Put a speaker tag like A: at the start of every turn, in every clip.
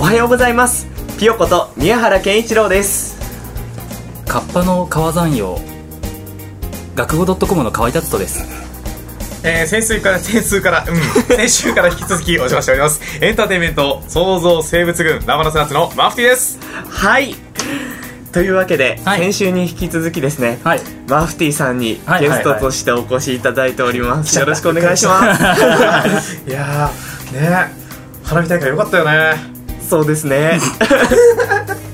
A: はようございますピヨこと宮原健一郎です
B: カッパの川山陽学語 .com の河合達人です
C: えー、先週から、先週から、うん、 先週から引き続きお邪魔しております。エンターテインメント、創造生物群、ラマナスナッツのマフティーです。
A: はいというわけで、
B: はい
A: 先週に引き続きですね、
B: はい
A: マフティーさんに
B: はい
A: ゲストとしてお越しいただいております、よろしくお願いしま
C: いやー、ね花火大会よかったよね。
A: すそうです ね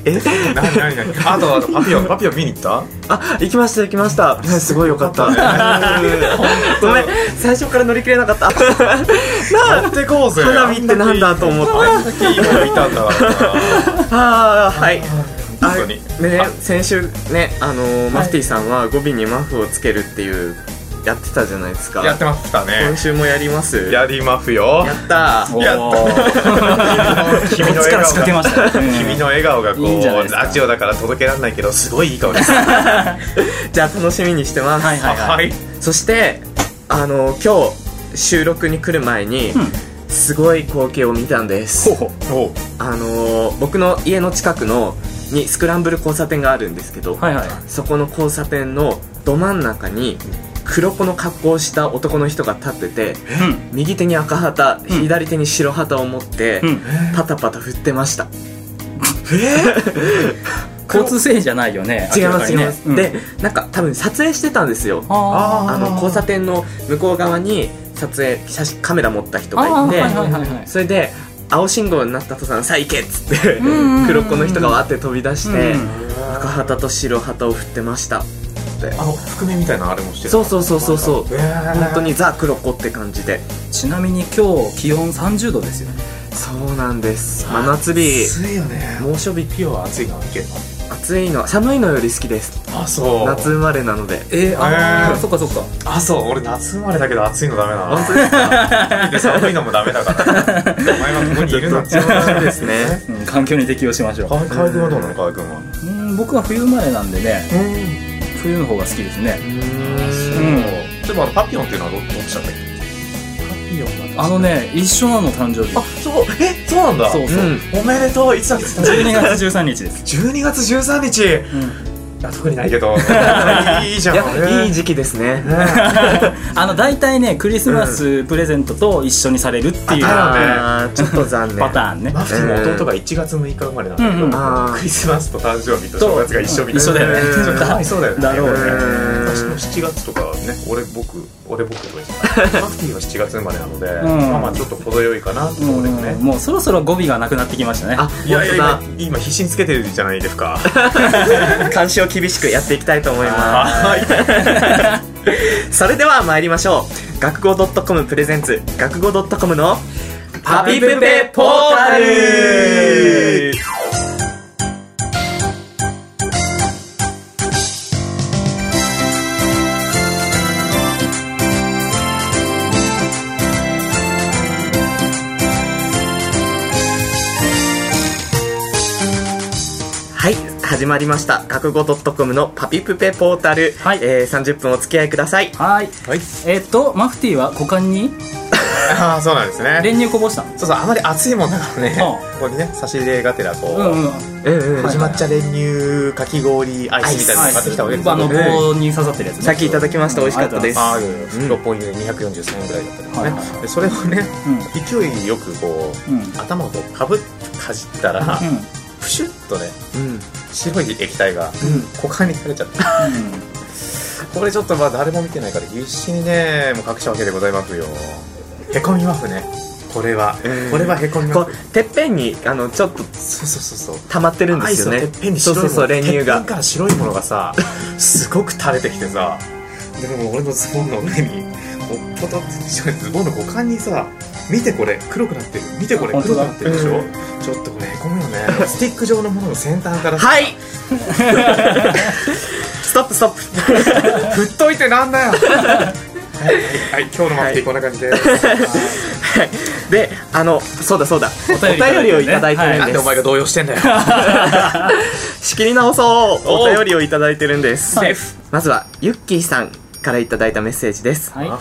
A: え
C: なになになに あと、あとパピオ、パピオ見に行った
A: あ行きました行きましたはいすごいよかった ごめん最初から乗り切れなか った
C: やってこうぜ。
A: 花火ってなんだと思って
C: あんだけいいものいたんだから
A: ああはい
C: な本当に。
A: あね
C: あ
A: 先週ねあのーマフティーさんは語尾にマフをつけるっていうやってたじゃないですか
C: やってましたね
A: 今。週もやります
C: やりまふよ
A: や。ったー
B: おー
C: やった君
B: こっちから仕掛けました
C: 君の笑顔がこ
B: いいんじゃないで
C: う
B: すか
C: ラジオだから届けられないけどすごいいい顔です。
A: じゃあ楽しみにしてます、
B: はいはいはい
C: い。
A: そしてあのー今日収録に来る前に、すごい光景を見たんです
B: ほう
C: おう
A: あのー僕の家の近くのにスクランブル交差点があるんですけど、
B: はいはい
A: そこの交差点のど真ん中に黒子の格好をした男の人が立ってて
B: うん
A: 右手に赤旗左手に白旗を持って、
B: うん
A: パタパタ振ってました
B: 交通整理じゃないよね
A: 違います違います、
B: 明らかにね
A: でなんか多分撮影してたんですよ
B: うんあ
A: あの交差点の向こう側に撮影写真カメラ持った人
B: ー
A: がい
B: あー
A: て、
B: はいはいはいはい
A: それで青信号になった途端「さあ行け!」っつって
B: んうんうん
A: 黒子の人がわーって飛び出して、
B: うん
A: 赤旗と白旗を振ってましたって
C: あの覆面みたいなあれもしてる
A: そうそうそうそうそう本
C: 本
A: 当にザ・黒子って感じで
B: ちなみに今日気温30度ですよ
A: そうなんです真夏日
C: 暑いよね
A: 猛暑日
C: ピオは暑いのいける
A: 暑いの寒いのより好きです
C: のあそう
A: 夏生まれなので
B: えーあ
C: え
B: ー
C: ー
B: そっかそっか
C: あそう俺夏生まれだけど暑いのダメなの
A: 本当ですか
C: で寒いのもダメだからお前はここにいるなって
A: そうですね
B: うん環境に適応しましょう
C: 河合河合君はどうなの河合君は
B: うん僕は冬生まれなんでね冬の方が好きですね
A: うーん
B: ん
C: そうでもあのパピオンっていうのはどどっちだったっけパピオン
B: あのね一緒なの誕生日
C: あそうえそうなんだ
B: そうそう
A: うん
C: おめでとういつ だっけ
B: 12月13日です
C: 12月13日いや特にないけ どいいじゃん
A: いやいい
C: じ
A: 時期ですね
B: あの大体ねクリスマスプレゼントと一緒にされるっていう
C: あ
A: あーちょっと残念
B: パターンね
C: マフティーの弟が1月6日生まれなんだけど、
B: うんうん
A: あー
C: クリスマスと誕生日と正月が一緒みたいな
B: 一緒だよね
C: ちょっとかわいそうだよね
B: だろうね
A: うん
C: 私も7月とかね俺僕俺僕と一緒 マフティーは7月生まれなので、
B: ん
C: まあまあちょっと程よいかなと思うんだけ
B: う
C: ど
B: ん
C: ね
B: もうそろそろ語尾がなくなってきましたね
A: あ
C: いやいや
A: 本
C: 今今必死につけてるじゃないですか
A: 当だ監視を厳しくやっていきたいと思いま
C: はい
A: すそれでは参りましょう学語 .com プレゼンツ学語 .com のパピプペポータルはい始まりました学語 .com のパピプペポータル、
B: はい
A: えー、30分お付き合いください
B: はい
C: はい
B: えっ、とマフティーは股間に
C: ああそうなんですね
B: 練乳こぼしたの
C: そうそうあまり熱いもんだからねこ
B: う
C: こにね差し入れがてらこう、
B: うんうん
A: うんうん、
B: はい
C: 始まっちゃ練乳かき氷アイスみたいなの買ってきたわけです
B: あの
C: よね
B: 棒に刺さってるやつね
A: さっきいただきました美味しかったです
C: ある6本入れ243円ぐらいだったけどね、
B: はいはい
C: でそれをね
B: うん
C: 勢いよくこう、
B: うん
C: 頭をこうかぶってかじったら、
B: うん
C: プシュッとね
A: うん
C: 白い液体が股間に垂れちゃった、これちょっとまあ誰も見てないから必死にねもう隠したわけでございますよへこみマフねこれは、
A: うん
C: これはへこみ
A: こ
C: マフ
A: うてっぺんにあのちょっと
C: そうそうそうそう
A: 溜まってるんで
C: アイ
A: す
C: ス
A: よ
C: の
A: ね
C: てっぺんに白いも
A: そう
C: の
A: そうそう練乳
C: てっぺ
A: が
C: んから白いものがさすごく垂れてきてさでも俺のズボンの上にこうポトッてしまってズボンの股間にさ見てこれ黒くなってる見てこれ
B: あ本
C: 黒
B: 当
C: く
B: だ
C: なってるでしょ、ちょっとこれへこむよねスティック状のものの先端からさ
A: はいストップストップ
C: 振っといてなん だよはい、はい、今日のマッティーこんな感じで、
A: であのそうだそうだお
B: 便りいただいてるね
A: 便りをいただいてるんです、
C: なんでお前が動揺してんだよ
A: 仕切り直そうお便りをいただいてるんです
B: はい
A: まずはゆっきーさんからいただいたメッセージです
B: はい
C: あ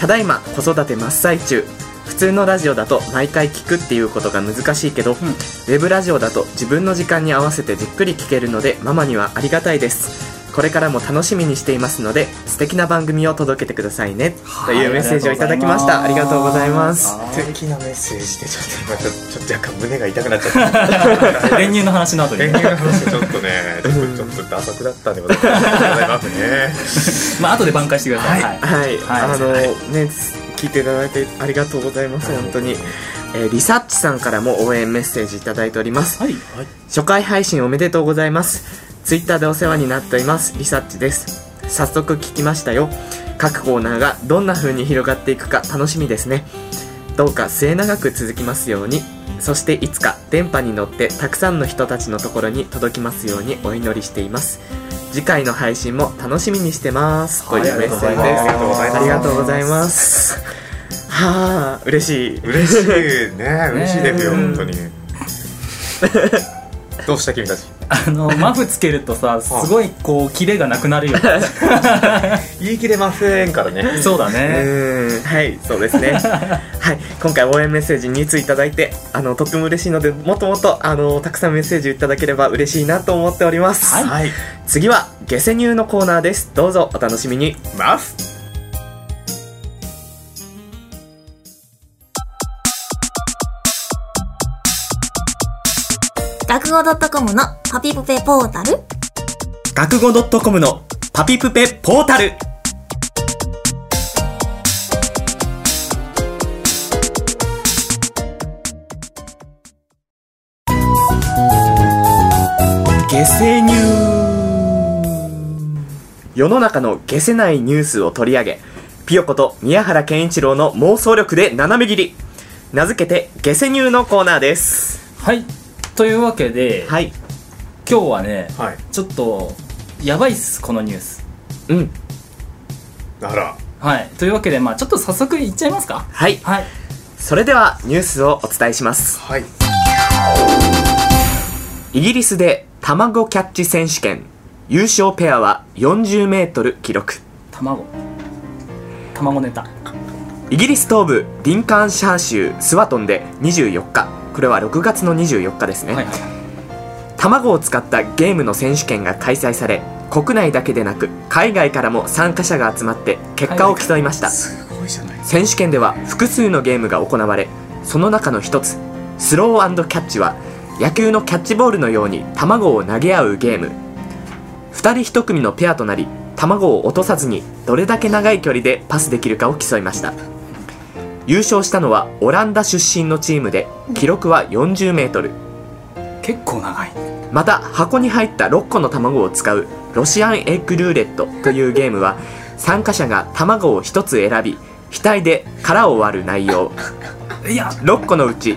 A: ただいま子育て真っ最中普通のラジオだと毎回聞くっていうことが難しいけど、ウェブラジオだと自分の時間に合わせてじっくり聞けるのでママにはありがたいですこれからも楽しみにしていますので素敵な番組を届けてくださいね、
B: はい
A: というメッセージをいただきましたあ
B: あ
A: り
B: り
A: が
B: が
A: とう
B: とう
A: ご
B: ご
A: ざ
B: ざ
A: い
B: い
A: ま
B: ますす
C: 素敵なメッセージでちょっと今ちょちょっと若干胸が痛くなっちゃった
B: 練乳の話の後に
C: 電流の話ちょっとねちょっとちょっとダサくだったんでございますね
B: まあ後で挽回してください、はい
A: はい、
B: はい
A: あの、
B: はい
A: ね聞いていただいてありがとうございます本当に、えーリサッチさんからも応援メッセージいただいております
B: はい
A: 初回配信おめでとうございますツイッターでお世話になっていますリサッチです早速聞きましたよ各コーナーがどんな風に広がっていくか楽しみですねどうか末永く続きますようにそしていつか電波に乗ってたくさんの人たちのところに届きますようにお祈りしています次回の配信も楽しみにしてますと
B: はいいう
A: メッセージです
C: あ
A: あり
C: り
A: がと
C: がと
A: う
C: う
A: ご
C: ご
A: ざ
C: ざ
A: い
C: い
A: ま
C: ます
A: はあ嬉しい
C: 嬉しいね嬉しいですよ
A: ね
C: 本当にどうした君たち
B: あのマフつけるとさすごいこうキレがなくなるよ
C: 言い切れませんからね
B: そうだね
A: うーんはいそうです ねはい今回応援メッセージ2通いただいてあのとっても嬉しいのでもっともっとあのたくさんメッセージいただければ嬉しいなと思っております、
B: はい
C: はい
A: 次は下世入のコーナーですどうぞお楽しみに
C: マフ
D: 学語 .com のパピプペポータル
A: 学語 .com のパピプペポータル下世ニュー世の中の下世ないニュースを取り上げピヨこと宮原健一郎の妄想力で斜め切り名付けて下世ニューのコーナーです
B: はいというわけで、
A: はい
B: 今日はね
C: はい
B: ちょっとやばいっすこのニュース
A: うん
C: あら
B: はいというわけでまあちょっと早速いっちゃいますか
A: はい
B: はい
A: それではニュースをお伝えします
C: はい
A: イギリスで卵キャッチ選手権優勝ペアは40メートル記録
B: 卵卵ネタ
A: イギリス東部リンカーンシャー州スワトンで24日これは6月の24日ですね、
B: はいはい
A: 卵を使ったゲームの選手権が開催され国内だけでなく海外からも参加者が集まって結果を競いました、
C: すごいじゃない
A: 選手権では複数のゲームが行われその中の一つスローキャッチは野球のキャッチボールのように卵を投げ合うゲーム2人1組のペアとなり卵を落とさずにどれだけ長い距離でパスできるかを競いました優勝したのはオランダ出身のチームで記録は4 0ル
B: 結構長い
A: また箱に入った6個の卵を使うロシアンエッグルーレットというゲームは参加者が卵を1つ選び額で殻を割る内容
B: いや
A: 6個のうち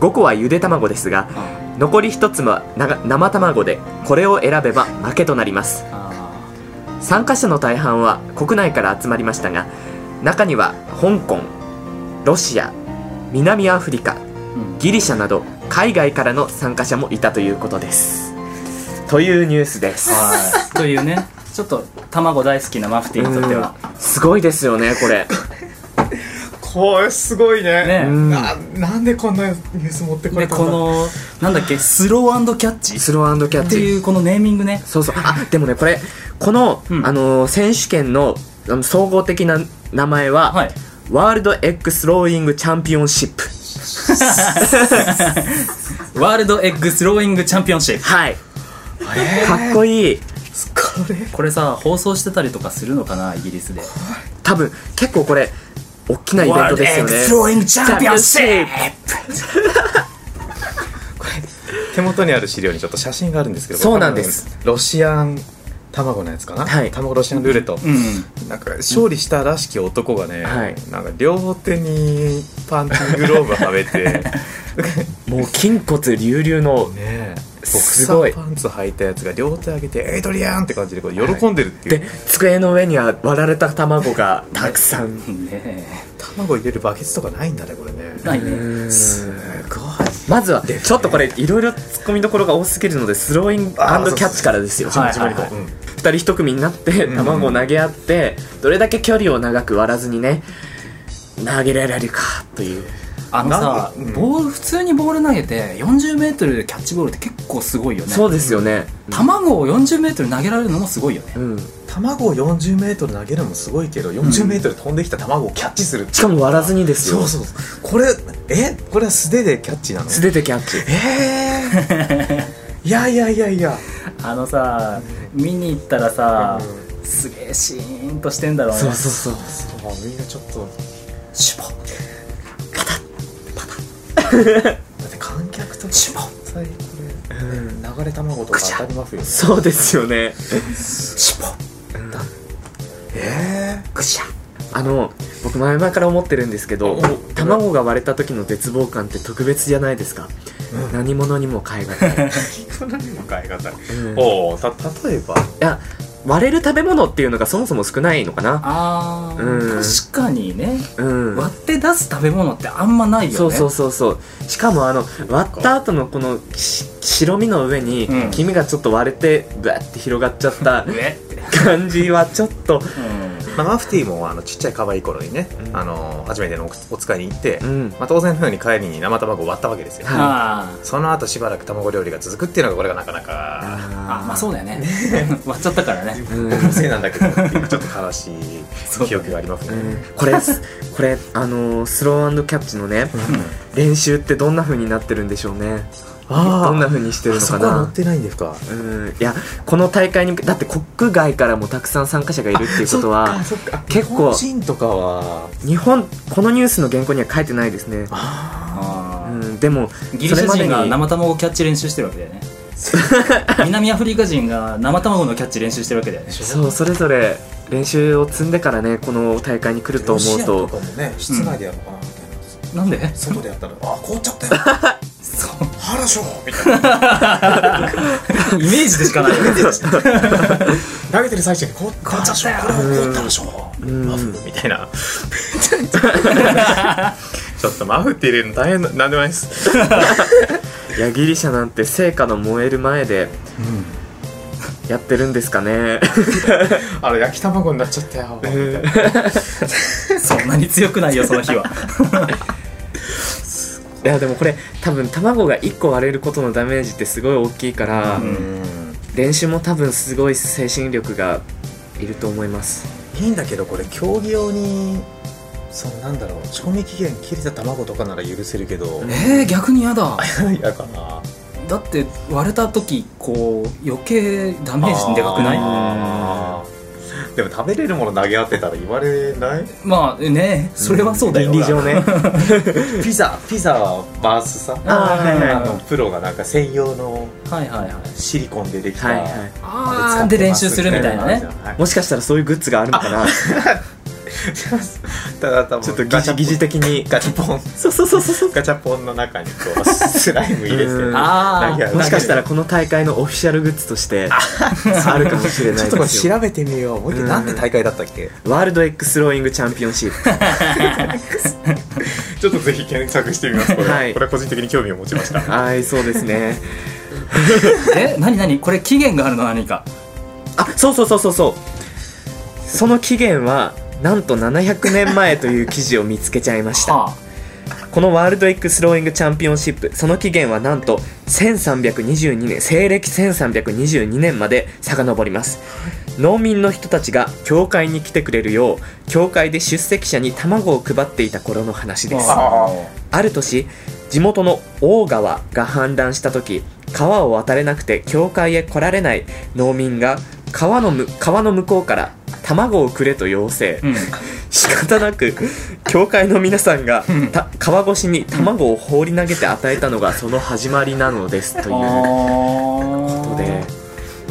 A: 5個はゆで卵ですが残り1つはなが生卵でこれを選べば負けとなります
B: あ
A: 参加者の大半は国内から集まりましたが中には香港ロシア南アフリカ
B: ーうん
A: ギリシャなど海外からの参加者もいたということですというニュースです
B: はいというねちょっと卵大好きなマフティーにとっては
A: うんすごいですよねこれ
C: これすごいね
A: う
B: ね
A: ん
C: ななんでこんなニュース持ってこれ
B: で
C: たん
B: こ
C: だ
B: のなんだっけスローキャッチ
A: スローキャッ
B: って
A: チ
B: いうこのネーミングね
A: そうそうあでもねこれこの、
B: うん
A: あのー選手権のあの総合的な名前は、
B: はい
A: ワールドエッグスローイングチャンピオンシップ
B: ワールドエッグスローイングチャンピオンシップ
A: はい、かっこいい
C: これ
B: これさ放送してたりとかするのかなイギ リスで
A: 多分結構これ大きなイベントですよね
B: イングチ
A: ャンピオンシッ
C: 手元にある資料にちょっと写真があるんですけど
A: そうなんです
C: これ多分ロシアン卵のやつかな、
A: はい
C: 卵ロシアンルーレット、
B: うん
C: なんか勝利したらしき男がね、
A: はい
C: なんか両手にパンチグローブは めてね
A: もう筋骨隆々の
C: え
A: すごい
C: ボクサーパンツ履いたやつが両手上げて「エイドリアン!」って感じでこう喜んでるっていう、
A: で机の上には割られた卵がたくさん
B: ね
C: 卵入れるバケツとかないんだねこれね
B: えないね
C: すごい
A: まずはちょっとこれいろいろツッコミどころが多すぎるのでスローイングキ
C: あーそうそう
A: ャッチからですよ
B: はい
A: 始まりから
B: はい
C: うん
A: 二人一組になって
C: うん
A: 卵を投げ合ってどれだけ距離を長く割らずにね投げられるかという
B: あのさ、
C: なんでうん
B: ボール普通にボール投げて 40m でキャッチボールって結構すごいよね
A: そうですよね
B: 卵を 40m 投げられるのもすごいよね
A: うん
C: 卵を40メートル投げるのもすごいけど、40メートル飛んできた卵をキャッチする。
A: しかも割らずにですよ
C: そうそうそう。これ、えこれは素手でキャッチなの
A: 素手でキャッチ
C: え ー、いやいやいやいや。
B: あのさ見に行ったらさすげえシーンとしてんだろうね
A: そうそうそう
C: そうみんなちょっと
B: シュポ
C: だって観客とか
B: シュポ
C: 実際これ、流れ卵とか当たりますよね
A: そうですよね
B: シュポ
C: え
B: グシャ
A: あの僕前々から思ってるんですけど
C: お
A: 卵が割れた時の絶望感って特別じゃないですか、
C: うん
A: 何者にも代え難い、
C: ー、何も変え難い
A: うんい
C: おおた例えば
A: や割れる食べ物っていうのがそもそも少ないのかな
B: あー、
A: うん
B: 確かにね、
A: うん
B: 割って出す食べ物ってあんまないよね
A: そうそうそうそうしかもあの割った後のこのし白身の上に
B: うん
A: 黄身がちょっと割れてブワって広がっちゃった
B: えって、うん、
A: 感じはちょっと
C: まあマフティーもあのちっちゃい可愛い頃にね、
A: うん
C: あの初めてのおお使いに行って、
A: うん
C: まあ、当然のように帰りに生卵を割ったわけですよ、
A: はい
B: あー
C: その後しばらく卵料理が続くっていうのがこれがなかなか
B: あまあ
A: う
B: そうだよね 割っちゃったからね
A: うん
C: 僕のせいなんだけどっていうちょっと悲しい記憶がありますね、
A: うんこれすこれあのースローキャッチのね練習ってどんな風になってるんでしょうね
C: あー
A: どんな風にしてる
C: あ
A: の
C: そ
A: か
C: こは乗
A: な
C: ってないんですか
A: うんいやこの大会にだって国外からもたくさん参加者がいるっていうことは
C: そっかそっか
A: 結構
C: 日本人とかは
A: 日本このニュースの原稿には書いてないですね
C: あ
A: う
B: あー
A: んでも
B: ギリシャ
A: それ
B: 人
A: ま
B: が
A: でに
B: 生卵キャッチ練習してるわけだよね南アフリカ人が生卵のキャッチ練習してるわけだよね
C: ー
A: そうそれぞれ練習を積んでからねこの大会に来ると思うと
C: ロシアとかもね室内でやるのかなみたいな、
B: なんで
C: 外でやったらあ凍っちゃった よ
B: そう
C: 腹しょみたいな
B: イメージでしかないよね
C: 投げてる最中に凍っ凍っちゃったよこれは凍ったでしょ
A: ん
C: マフみたいな ちょっとマフって入れるの大変ななんでもないです
A: いやギリシャなんて聖火の燃える前でやってるんですかね
C: あの焼き卵になっちゃったよみたいな
B: そんなに強くないよその日はい
A: やでもこれ多分卵が1個割れることのダメージってすごい大きいから、
B: うん
A: 練習も多分すごい精神力がいると思います
C: いいんだけどこれ競技用にそのなんだろう賞味期限切れた卵とかなら許せるけど
B: えー、逆にやだ
C: 嫌かな
B: だって割れた時こう余計ダメージでかくない
C: あーでも食べれるもの投げ合ってたら言われない
B: まあねそれはそうだよ
A: 倫理 上ね
C: ピザピザはバースさ
B: あーはいはい
C: あのプロがなんか専用の
B: はいはいはい
C: シリコンでできた
A: はいはい
B: あーで練習するみたいなね
A: もしかしたらそういうグッズがあるの かな
C: ただ多分
A: ちょっと疑似疑似的に
C: ガチャポン
A: そうそうそうそうそう
C: ガチャポンの中にこうスライム入れて
A: うん
B: あ
C: 投げ合
B: あ
C: う
A: もしかしたらこの大会のオフィシャルグッズとしてあるかもしれないですよ
C: べてみようもう一回
A: うん
C: なんて大会だったっけ
A: ワールドエッグスローイングチャンピオンシップ
C: ちょっとぜひ検索してみますこれ,、
A: はい
C: これ個人的に興味を持ちました
A: はいそうですね
B: え何何これ期限があるの何か
A: あそうそうそうそうそうその期限はなんと700年前という記事を見つけちゃいました
B: は
A: このワールドエッグスローイングチャンピオンシップその期限はなんと1322年西暦1322年まで遡ります農民の人たちが教会に来てくれるよう教会で出席者に卵を配っていた頃の話
B: あ
A: です
B: あ
A: ある年地元の大川が氾濫した時川を渡れなくて教会へ来られない農民が川のむ川の向こうから卵をくれと要請
B: ーうん
A: 仕方なく教会の皆さんがた川越しに卵を放り投げて与えたのがその始まりなのですということで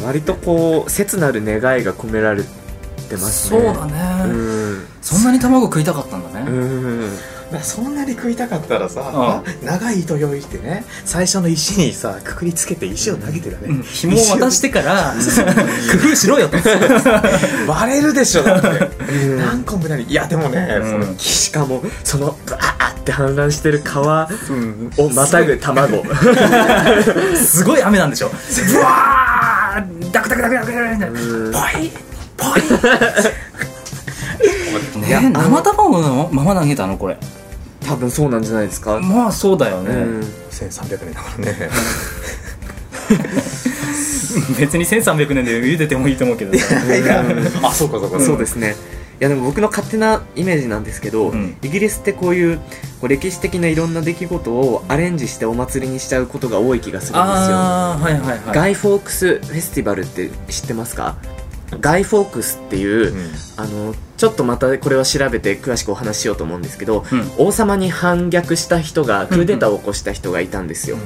A: 割とこう切なる願いが込められてます
B: そ
A: ね
B: うだ
A: う
B: ね、
A: ん
B: そんなに卵食いたかったんだね、
A: うん
C: そんなに食いたかったらさ
B: あ
C: 長い糸用意してね最初の石にさくくりつけて石を投げてだね、
B: うん紐を渡してから工夫しろよと
C: 割れるでしょだって
A: うん
C: 何個もなりいやでもね、
B: うん
C: その
A: しかもそのバーって氾濫してる川
C: うん
A: をまたぐ卵
B: すごい雨なんでしょブワーダクダクダクダクダクダク
A: うん
B: ポイポイね
A: いやあの
B: 生卵のまま投げたのこれ
A: 多分そうなんじゃないですか、
B: まあそうだよね、
A: うん、
C: 1300年だからね
B: 別に1300年で茹でて もいいと思うけどさ
C: あそうかそうか
A: そうですすねいやでも僕の勝手なイメージなんですけど、
B: うん
A: イギリスってこういうこう歴史的ないろんな出来事をアレンジしてお祭りにしちゃうことが多い気がするんですよ
B: ああはいはいはい
A: ガイ・フォークスフェスティバルって知ってますかガイ・フォークスっていう、あのちょっとまたこれは調べて詳しくお話ししようと思うんですけど
B: うん
A: 王様に反逆した人がクーデターを起こした人がいたんですよ、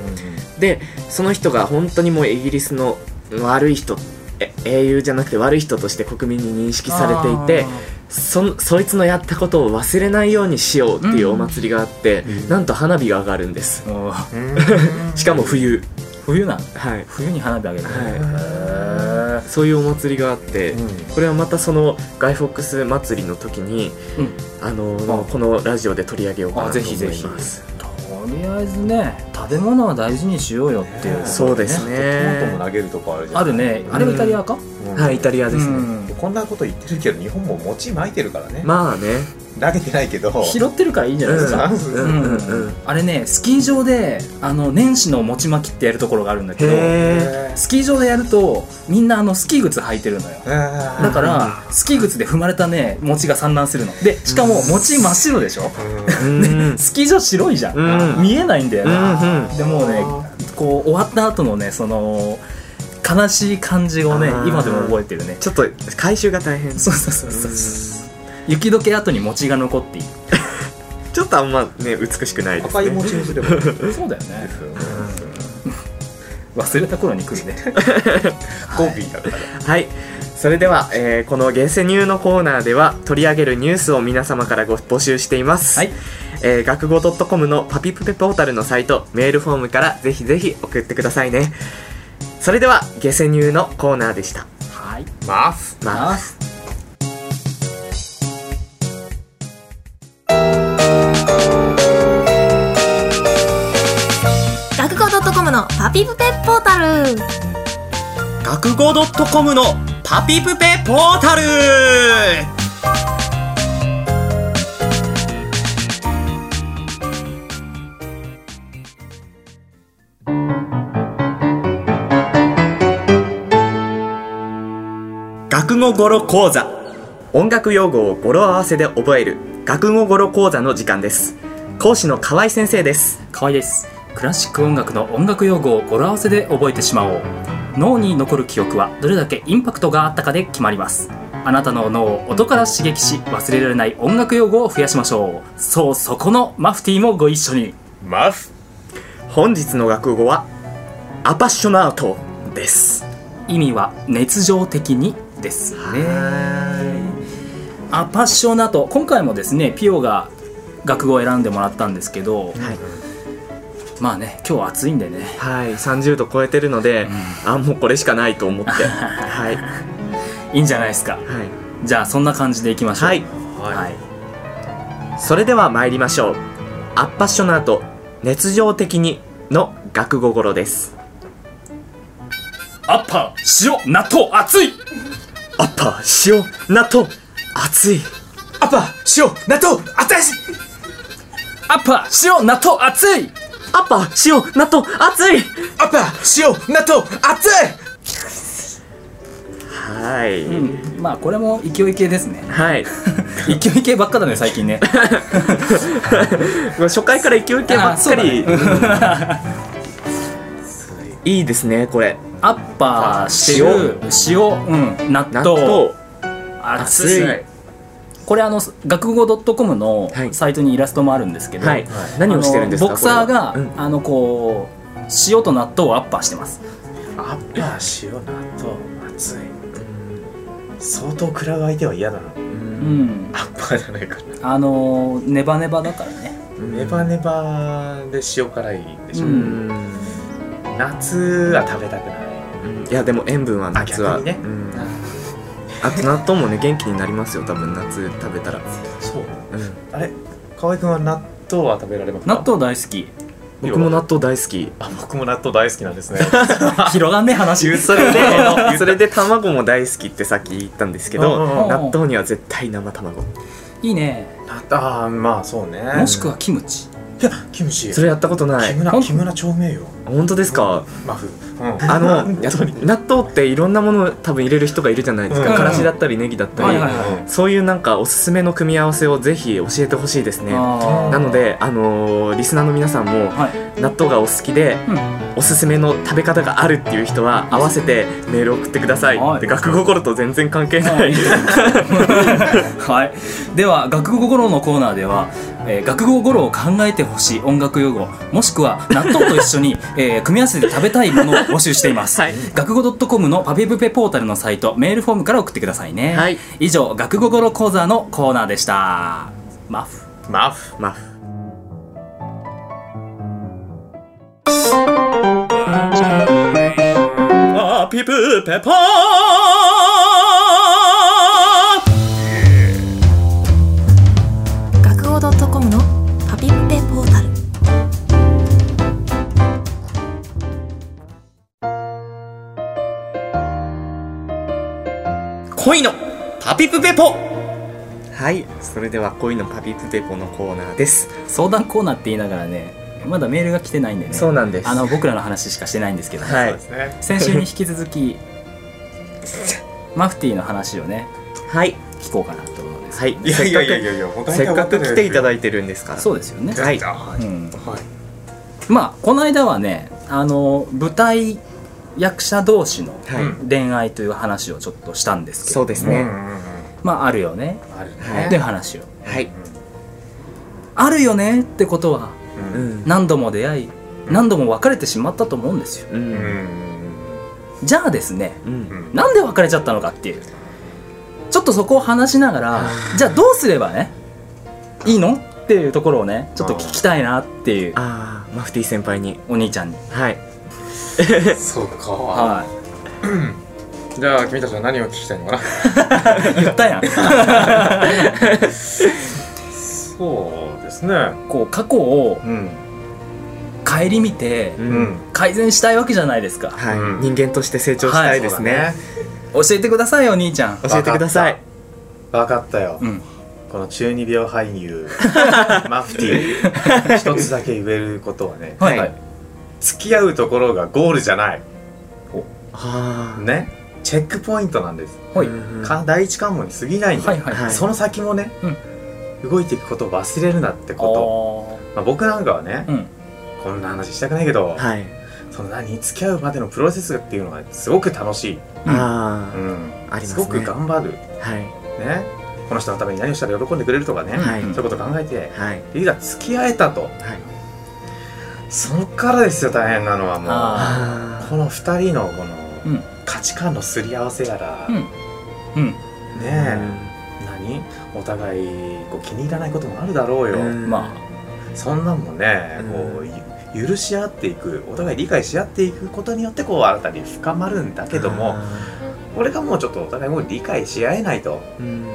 A: でその人が本当にもうイギリスの悪い人え英雄じゃなくて悪い人として国民に認識されていてそんそいつのやったことを忘れないようにしようっていうお祭りがあって、
C: うん
A: なんと花火が上がるんです
B: あーおー
C: うん
A: しかも冬
B: 冬なの
A: はい
B: 冬に花火あげる、
A: はい
B: へ
A: そういうお祭りがあって、
C: うん
A: これはまたそのガイフォックス祭りの時に、
B: うん
A: あのこのラジオで取り上げようかな
B: あ
A: と
B: ぜ
A: 思い
B: ひ
A: ます
B: ぜひーとりあえずね食べ物は大事にしようよっていう、
C: ね
A: そうです
C: トマト
A: ね
C: も投げるとこあるじゃん
B: あるねあれはイタリアか、
C: うん
A: はいイタリアですね、
B: うん
C: こんなこと言ってるけど日本も餅巻いてるからね
A: まあね
C: 投げてないけど
B: 拾ってるからいいんじゃないですか、
C: うん
A: うんうんうん
B: あれねスキー場であの年始の餅まきってやるところがあるんだけど
A: へえ
C: へ
B: スキー場でやるとみんなあのスキー靴履いてるのよ
C: ーあー
B: だからスキー靴で踏まれたね餅が散乱するのでしかも餅真っ白でしょ
C: うん
A: うん
B: スキー場白いじゃん、
A: うん
B: 見えないんだよ
A: う
B: ね、
A: んうん
B: でもうねこう終わった後のねその悲しい感じをね
A: あー
B: 今でも覚えてるね
A: ちょっと回収が大変
B: そうそうそうそう雪解け後に餅が残っている
A: ちょっとあんまね美しくないです
C: 赤い
A: ね
C: 餅にすればいいです
B: そうだよね
C: よね
B: 忘れた頃に来るね
C: 語尾だから
A: はいそれでは、えーこの「ゲセニュー」のコーナーでは取り上げるニュースを皆様からご募集しています、
B: はい
A: えー学語 .com のパピプペポータルのサイトメールフォームからぜひぜひ送ってくださいねそれでは「ゲセニュー」のコーナーでした
B: はい
C: マフ
A: まあ
D: 学校 .com のパピプペポータル
A: 学語 .com のパピプペポータル学語語呂講座音楽用語を語呂合わせで覚える学語語呂講座の時間です講師の河合先生です
B: 河合ですクラシック音楽の音楽用語を語呂合わせで覚えてしまおう脳に残る記憶はどれだけインパクトがあったかで決まりますあなたの脳を音から刺激し忘れられない音楽用語を増やしましょうそうそこのマフティーもご一緒に
C: マフ
A: 本日の学語はアパッショナートです
B: 意味は熱情的にですねアパッショナート今回もですねピオが学語を選んでもらったんですけど、
A: い
B: まあね今日暑いんでね
A: はい、30度超えてるので、あもうこれしかないと思 ってはい、
B: いいんじゃないですか
A: はい
B: じゃあそんな感じでいきましょう
A: はい
B: はい
A: それでは参りましょうアッパッショナート熱情的にの学語頃です
B: アッパー塩納豆熱い
A: アッパー塩納豆熱い
C: アパ塩納豆熱い
B: アッパー塩納豆熱い
A: アッパー塩納豆熱い
C: アパ塩納豆熱い
A: はい、
B: うんまあこれも勢い系で すね
A: はい
B: 勢い系ばっかだね最 近ね
A: 初回から勢い系ば
B: あ
A: っ
B: そう
A: か
B: だね
A: り、いいですねこれ
B: アッパー塩塩、うん、納
A: 納
B: 豆
A: 豆
B: 熱い
A: 熱い
B: これあの学語 .com の
A: はい
B: サイトにイラストもあるんですけど、
A: はい何をしてるんですか
B: あのボクサーが、
A: これはうん
B: あのこう塩と納豆をアッパーしてます
C: アパ塩納豆熱い相当食らう相手は嫌だな
B: うん
C: アパじゃないから
B: あのネバネバだからね
C: ネバネバで塩辛いでしょ、
B: う
A: うんん
C: 夏は食べたくない
A: いやでも塩分は夏は
C: あ逆にね
A: うん、あと納豆もね元気になりますよ多分夏食べたら、
C: そ
A: う
C: う
A: ん、
C: あれ河合くんは納豆は食べられます か
B: 納豆大好き
A: 僕も納豆大好き
C: あ僕も納豆大好きなんですね
B: 広がんねえ話
A: それで それで卵も大好きってさっき言ったんですけ
C: うんうん
B: うん
A: ど納豆には絶対生卵
B: いいね
C: 納豆ああまあそうね
B: もしくはキムチ
C: いやキムチ
A: それやったことな
C: 木
A: い
B: ほん
C: 村木村長名よ
A: 本当ですか
C: マフ
A: あの
C: 本
A: や
C: 当に
A: 納豆っていろんなもの多分入れる人がいるじゃないです
C: う
A: か
C: ん
A: からしだったりネギだった
B: はい
A: り
B: はい
A: そういうなんかおすすめの組み合わせをぜひ教えてほしいですね
B: あー
A: なのであのーリスナーの皆さんも
B: はい
A: 納豆がお好きで
B: うん
A: おすすめの食べ方があるっていう人は合わせてメール送ってください、
B: はい
A: で学心と全然関係ない、
B: はい、では学語語呂のコーナーでは、えー学語語呂を考えてほしい音楽用語もしくは納豆と一緒に、えー組み合わせて食べたいものを募集しています、
A: はい
B: 学語 .com のパピプペポータルのサイトメールフォームから送ってくださいね、
A: はい
B: 以上学語語呂講座のコーナーでしたマフ
C: マフ
A: まあ
B: パピプペポ
D: 学語 .com のパピプペポータル
B: 恋のパピプペポ
A: はいそれでは恋のパピプペポのコーナーです
B: 相談コーナーって言いながらねまだメールが来てないんでね
A: そうなんです
B: あの僕らの話しかしてないんですけど、
A: は
C: そう
A: い
C: ですね
B: 先週に引き 続きマフティーの話をね
A: はい
B: 聞こうかなと思うんです
A: は
B: け
A: い
B: ど、
C: いやいやいやいやいや
A: せっかく来ていた
C: だ
A: だいてるんですから
B: そうですよね、
A: は
C: はい
A: い
C: は
B: うん、
C: い
B: まあこの間はねあの舞台役者同士の
A: はい、
C: うん
B: 恋愛という話をちょっとしたんですけど
A: そうです
C: うんう
A: ね、
C: んうん
B: まああるよね
C: ある
A: は
C: ね
A: い
B: っていう話を
A: はい、
B: あるよねってことは
C: うん
A: うん
B: 何度も出会い何度も別れてしまったと思うんですよ
A: う
C: うん
A: ん
B: じゃあですね
A: う
C: うんん
B: なんで別れちゃったのかっていうちょっとそこを話しながらじゃあどうすればねいいのっていうところをねちょっと聞きたいなっていう
A: ああマフティー先輩に
B: お兄ちゃんに
A: はい
C: そうか、
B: は
C: じゃあ君たちは何を聞きたいのかない
B: 言ったやん
C: そうですね
B: こう過去を
C: うん
B: 顧みて
A: う、
C: うん
B: 改善したいわけじゃないですか
A: はい、
C: うん
A: 人間として成長したいですね,、
C: はい
B: 教えてくださいよお兄ちゃん
C: そうだね
A: 教えてください
C: 分かったよ
B: うん
C: この中二病俳優マフティー一つだけ言えることはね
B: はい
A: は
B: はいい
C: 付き合うところがゴールじゃない
A: あー
C: ねチェックポイントなんです、
B: はい
A: うん
C: か第一関門に過ぎないんだよ、
B: はいはい
A: はい
C: その先もね、動いていくことを忘れるなってこ
B: あ
C: と、まあ、僕なんかはね
B: ー、うん
C: こんな話したくないけど、
A: はい、
C: その何付き合うまでのプロセスっていうのがすごく楽しい、
A: あ
C: う
A: ー
C: ん、
A: ありますね
C: すごく頑張る
A: はい
C: ねこの人のために何をしたら喜んでくれるとかね、
A: はい
B: うん
C: そういうこと考えて
A: はい
C: いざ付き合えたと
A: はい
C: そっからですよ大変なのはもう
B: あ
A: あ
C: この2人のこ
B: う
C: の
B: ん
C: 価値観のすり合わせやら、
B: うんうん
C: ねえ、何お互いこう気に入らないこともあるだろうよ、
A: うん
B: ま
C: そんなんもね
A: うん
C: こうゆ許し合っていくお互い理解し合っていくことによってこう新たに深まるんだけどもこれがもうちょっとお互いもう理解し合えないと
A: うん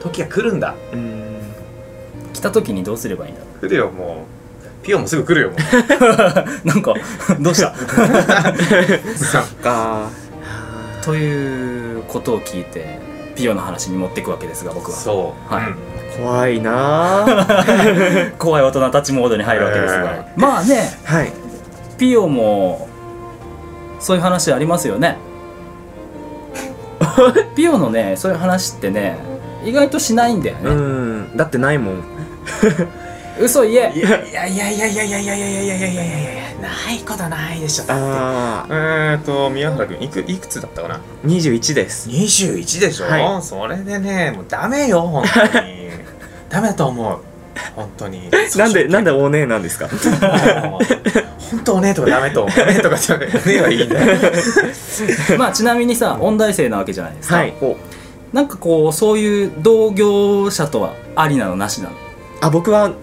C: 時が来るんだ
A: うん
B: あ来た時にどうすればいいんだ
C: 来るよもうピオもすぐ来るよもう
B: なんかどうした
A: か
B: ということを聞いてピオの話に持っていくわけですが僕は
C: そう、
B: はい
C: うん
A: 怖いなー
B: 怖い大人たちモードに入るわけですが、
C: え
B: まあね
A: はい
B: ピオもそういう話ありますよねピオのねそういう話ってね意外としないんだよ
A: う
B: ね、
A: んだってないもん
B: 嘘言え
C: いやいやいやいやいやいやいやいやいやいやいやいやないことないでしょだって
A: あ
C: えーっと宮原君いくいくつだったかな
A: ー21です
C: 21でしょ、
A: は
C: それでねもうダメよ本当 にダメだと思う本当に
A: なんでなん
C: で
A: でお姉なんですか
C: 本当おねえとかダメとおねえとかダメおねえはいいんだ よ
B: まあちなみにさ音大生なわけじゃないですか、
A: はい
B: なんかこうそういう同業者とはありなのなしなの
A: あ僕はん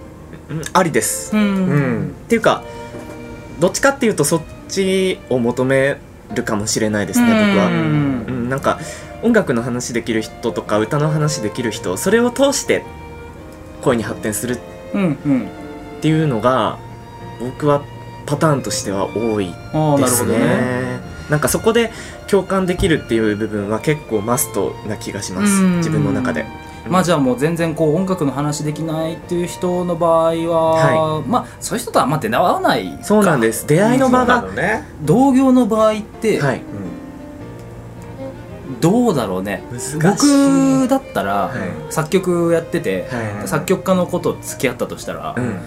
A: ありです
B: うん
C: うん
A: っていうかどっちかっていうとそっちを求めるかもしれないですね僕
B: う
A: は
B: ん
A: うんなんか音楽の話できる人とか歌の話できる人それを通して恋に発展する
B: うんうん
A: っていうのが僕はパターンとしては多い
B: ああ
A: で
B: なる
A: す
B: ほど
A: ね
B: ね
A: なんかそこで共感できるっていう部分は結構マストな気がします
B: うん
A: 自分の中で
B: まあじゃあもう全然こう音楽の話できないっていう人の場合は、まあそういう人とはあんま出会わないか
A: そうなんです出会いの場が
C: なのね、
B: 同業の場合って
A: はい
B: どうだろうね、
A: 難しい
B: 僕だったら
A: は
B: 作曲やってて、
A: はい
B: 作曲家の子と付き合ったとしたら、
A: う
C: うんん、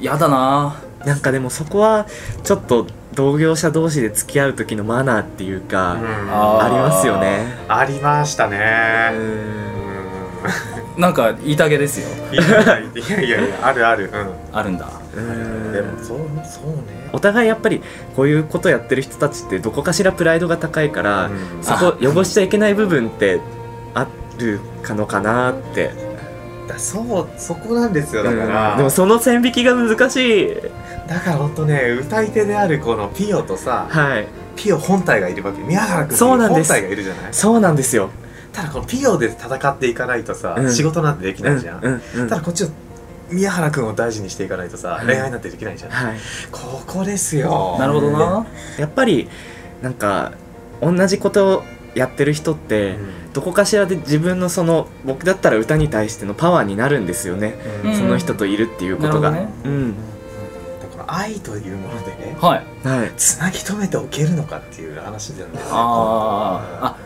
B: やだな
A: なんかでもそこはちょっと同業者同士で付き合う時のマナーっていうか、
C: あ
B: あー
A: ありますよね
C: りました
A: う
C: ね
A: ん
B: なんか言いたげですよ
C: いやいやいやいやあるあるう
B: あるんだ
A: うん
C: んでもそうそうね
A: お互いやっぱりこういうことやってる人たちってどこかしらプライドが高いから、
C: うん
A: そこ汚しちゃいけない部分ってあるかのかなって
C: だそうそこなんですよだか
A: う
C: ら
A: んでもその線引きが難しい
C: だから本当ね歌い手であるこのピオとさ
A: はい
C: ピオ本体がいるわけ宮原君
A: そうなんで
C: 本
A: す
C: 体がいるじゃない
A: そうなんですよ
C: ただこのピオで戦っていかないとさ、
A: うん
C: 仕事なんてできないじゃん、
A: うんうんうん
C: ただこっちを宮原君を大事にしていかないとさ、
A: うん
C: 恋愛なんてできないじゃん、
A: はい、
C: ここですよ
B: なるほどな
A: やっぱりなんか同じことをやってる人って、
C: うん
A: どこかしらで自分のその僕だったら歌に対してのパワーになるんですよね、
B: うん
A: その人といるっていうことが、
B: なるほ
A: うん
C: だから愛というものでね
B: はい
A: はい
C: つなぎ止めておけるのかっていう話なんだよね
B: あ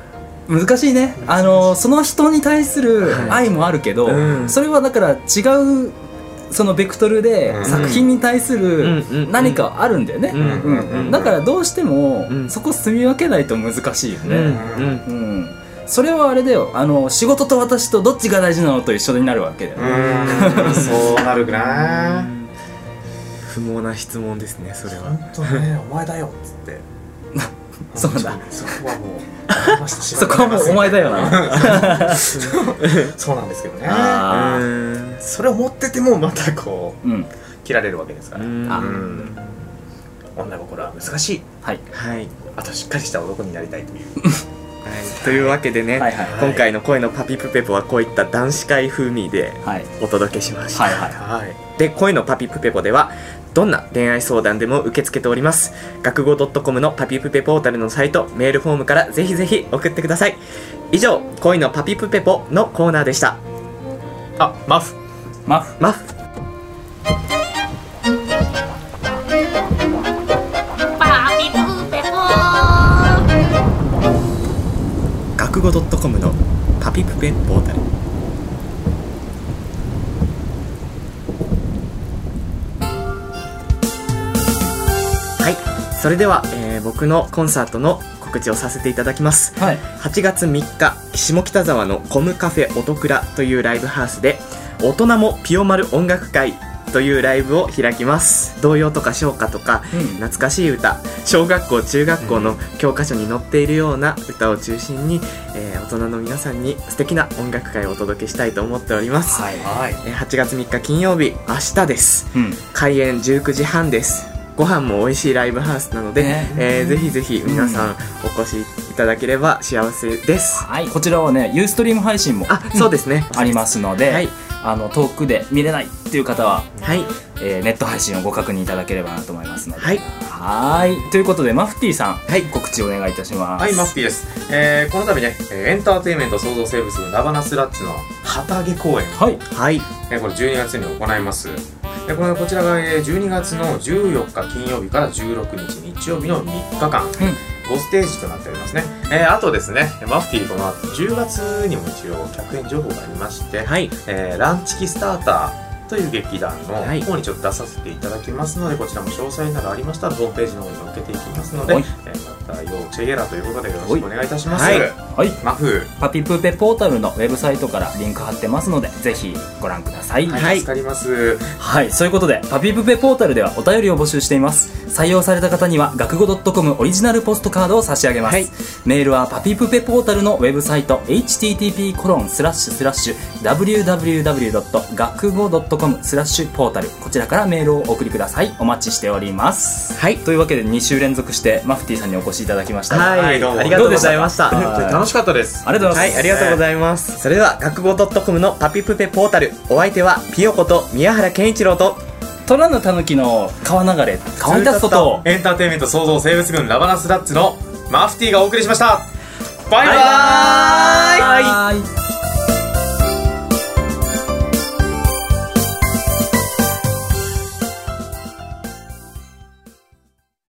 B: ーあ難しいねあのその人に対する愛もあるけど、
A: うん
B: それはだから違うそのベクトル
C: う
B: で
C: ん
B: 作品に対す
A: う
B: る
A: んうん
B: 何かあるんだよね、
A: うん
B: うんだからどうしても
A: うん
B: そこ住み分けないと難しいよ
A: うんう
B: ね、
A: ん
B: うんそれはあれだよあの仕事と私とどっちが大事なのと一緒になるわけだよ
C: う
B: ね、
C: ーんそうなる
A: う
C: な
A: ん不毛な質問ですねそれは
C: 本当ねお前だよっつって
B: そうだ
C: 本当に そこはもうありま した
B: そこはもうお前だよ な
C: そうなんですけどね
B: あー
A: うん
C: それを持っててもまたこう
B: うん
C: 切られるわけですから
A: うん
B: あ
C: うん女心は難しい
B: はい
A: はい、
C: あとしっかりした男になりたいという
A: というわけでね、
B: はいはい
A: 今回の恋のパピプペポはこういった男子会風味で
B: はい
A: お届けしました、
B: はいはい
C: はい
A: で恋のパピプペポではどんな恋愛相談でも受け付けております学語 .com のパピプペポータルのサイトメールフォームからぜひぜひ送ってください以上恋のパピプペポのコーナーでした
C: あマフ
B: マフ
A: マフ
D: パピプペポ
A: 学語 .com のパピプペポータルはいそれでは、えー僕のコンサートの告知をさせていただきます
B: はい
A: 8月3日下北沢のコムカフェおとくらというライブハウスで大人もピオマル音楽会というライブを開きます童謡とか唱歌とか
B: うん
A: 懐かしい歌小学校中学校の教科書に載っているような歌を中心に、えー大人の皆さんに素敵な音楽会をお届けしたいと思っております、
B: はい
C: はい
A: えー8月3日金曜日明日です
B: うん
A: 開演19時半ですご飯も美味しいライブハウスなので、
B: ね
A: えーぜひぜひ皆さんお越しいただければ幸せです、
B: はい、こちらはね、ユーストリーム配信も
A: あ、そうですね。
B: ありますので、
A: はい
B: あの遠くで見れないっていう方は、
A: はい。
B: えーネット配信をご確認いただければなと思いますので。
A: はい
B: はーいということで、マフティーさん、
A: い
B: 告知お願いいたします。
C: はい、マスピーです。えー、この度ね、えーエンターテインメント創造生物部ナバナスラッツの旗揚げ公演、
B: はい、
A: はい。
C: えーこれ12月に行います。でこれこちらが、えー12月の14日金曜日から16日日曜日の3日間、5ステージとなっておりますね。えーあとですね、マフティーこの後10月にも一応客演情報がありまして、
A: はい。
C: えーランチキスターター、という劇団の
A: はい
C: 方にちょっと出させていただきますので、こちらも詳細などありましたらホームページの方に載っけていきますので、え
B: はい
C: ーまた要チェゲラということでよろしくお願いいたします。
A: はい
B: はい、
C: マフ
B: パピプーペポータルのウェブサイトからリンク貼ってますので、ぜひご覧ください。
A: はい
C: はい、助かります。
B: はい、そういうことで、パピプペポータルではお便りを募集しています。採用された方には、学語 .com オリジナルポストカードを差し上げます。
A: はい
B: メールは、パピプペポータルのウェブサイト、http コロンスラッシュスラッシュ、www. 学語 .com スラッシュポータル、こちらからメールをお送りください。お待ちしております。
A: はい
B: というわけで、2週連続して、マフティーさんにお越しいただきました。
A: はい。
C: はいどうも
A: ありがとうございました。
B: どうでし
A: は
B: たはい
C: 楽しかったです。
B: ありがとうござい
A: い。
B: ま す。
A: ありがとうございます。それでは、学語 .com のパピプペポータル、お相手は、ピヨこと宮原健一郎と、
B: 虎の狸の川流れ川に立つこと
C: エンターテインメント創造生物群ラバナスダッツのマフティーがお送りしましたバイバーイ
B: バイバーイ